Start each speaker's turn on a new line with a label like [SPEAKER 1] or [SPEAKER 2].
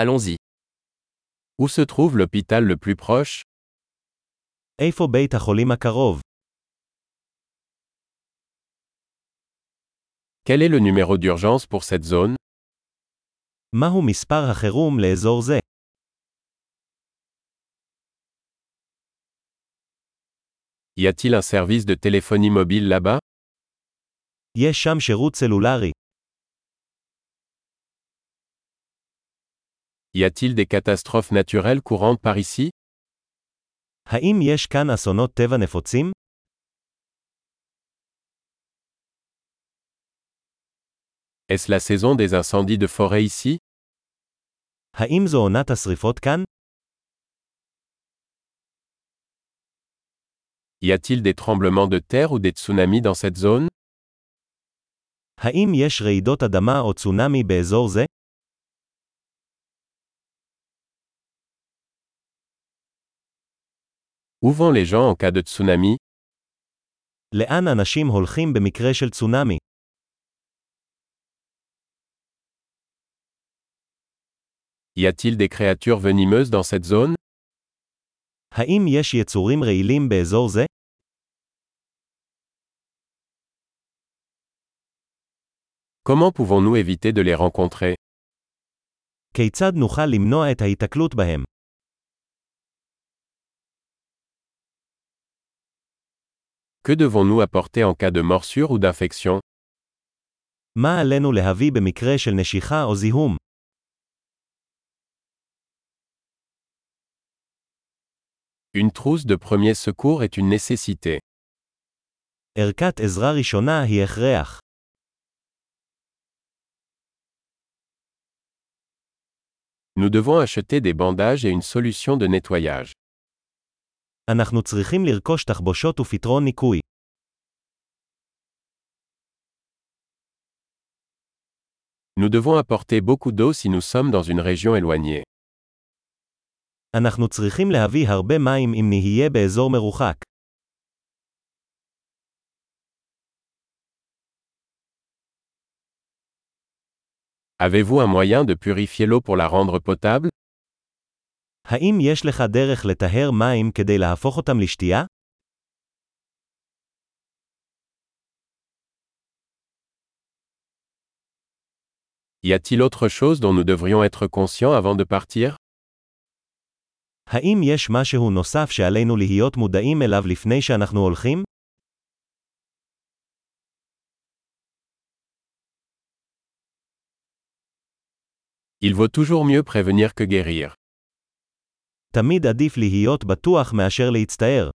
[SPEAKER 1] Allons-y. Où se trouve l'hôpital le plus proche
[SPEAKER 2] איפה בית החולים הקרוב?
[SPEAKER 1] Quel est le numéro d'urgence pour cette zone
[SPEAKER 2] מהו מספר החירום לאזור זה?
[SPEAKER 1] Y a-t-il un service de téléphonie mobile là-bas
[SPEAKER 2] יש שם שירות סלולרי.
[SPEAKER 1] Y a-t-il des catastrophes naturelles courantes par ici
[SPEAKER 2] האם יש כאן אסונות טבע נפוצים?
[SPEAKER 1] Est-ce la saison des incendies de forêt ici
[SPEAKER 2] האם זו עונת השרפות כאן?
[SPEAKER 1] Y a-t-il des tremblements de terre ou des tsunamis dans cette zone
[SPEAKER 2] האם יש רעידות אדמה או צונאמי באזור זה?
[SPEAKER 1] Où vont les gens en cas de tsunami
[SPEAKER 2] לאן אנשים הולכים במקרה של צונאמי?
[SPEAKER 1] Y a-t-il des créatures venimeuses dans cette zone
[SPEAKER 2] האם יש יצורים רעילים באזור זה?
[SPEAKER 1] Comment pouvons-nous éviter de les rencontrer
[SPEAKER 2] כיצד נוכל למנוע את ההיתקלות בהם?
[SPEAKER 1] Que devons-nous apporter en cas de morsure ou d'infection
[SPEAKER 2] מה עלינו להביא במקרה של נשיכה או זיהום?
[SPEAKER 1] Une trousse de premier secours est une nécessité.
[SPEAKER 2] ערכת עזרה ראשונה היא הכרח.
[SPEAKER 1] Nous devons acheter des bandages et une solution de nettoyage.
[SPEAKER 2] אנחנו צריכים לרכוש תחבושות ופתרון ניקוי.
[SPEAKER 1] Nous devons apporter beaucoup d'eau si nous sommes dans une région éloignée.
[SPEAKER 2] אנחנו צריכים להביא הרבה מים אם נהיה באזור מרוחק.
[SPEAKER 1] Avez-vous un moyen de purifier l'eau pour la rendre potable
[SPEAKER 2] האם יש לך דרך לטהר מים כדי להפוך אותם לשתייה?
[SPEAKER 1] Y a-t-il autre chose dont nous devrions être conscients avant de partir
[SPEAKER 2] האם יש משהו נוסף שעלינו להיות מודעים אליו לפני שאנחנו הולכים?
[SPEAKER 1] Il vaut toujours mieux prévenir que guérir.
[SPEAKER 2] תמיד עדיף להיות בטוח מאשר להצטער.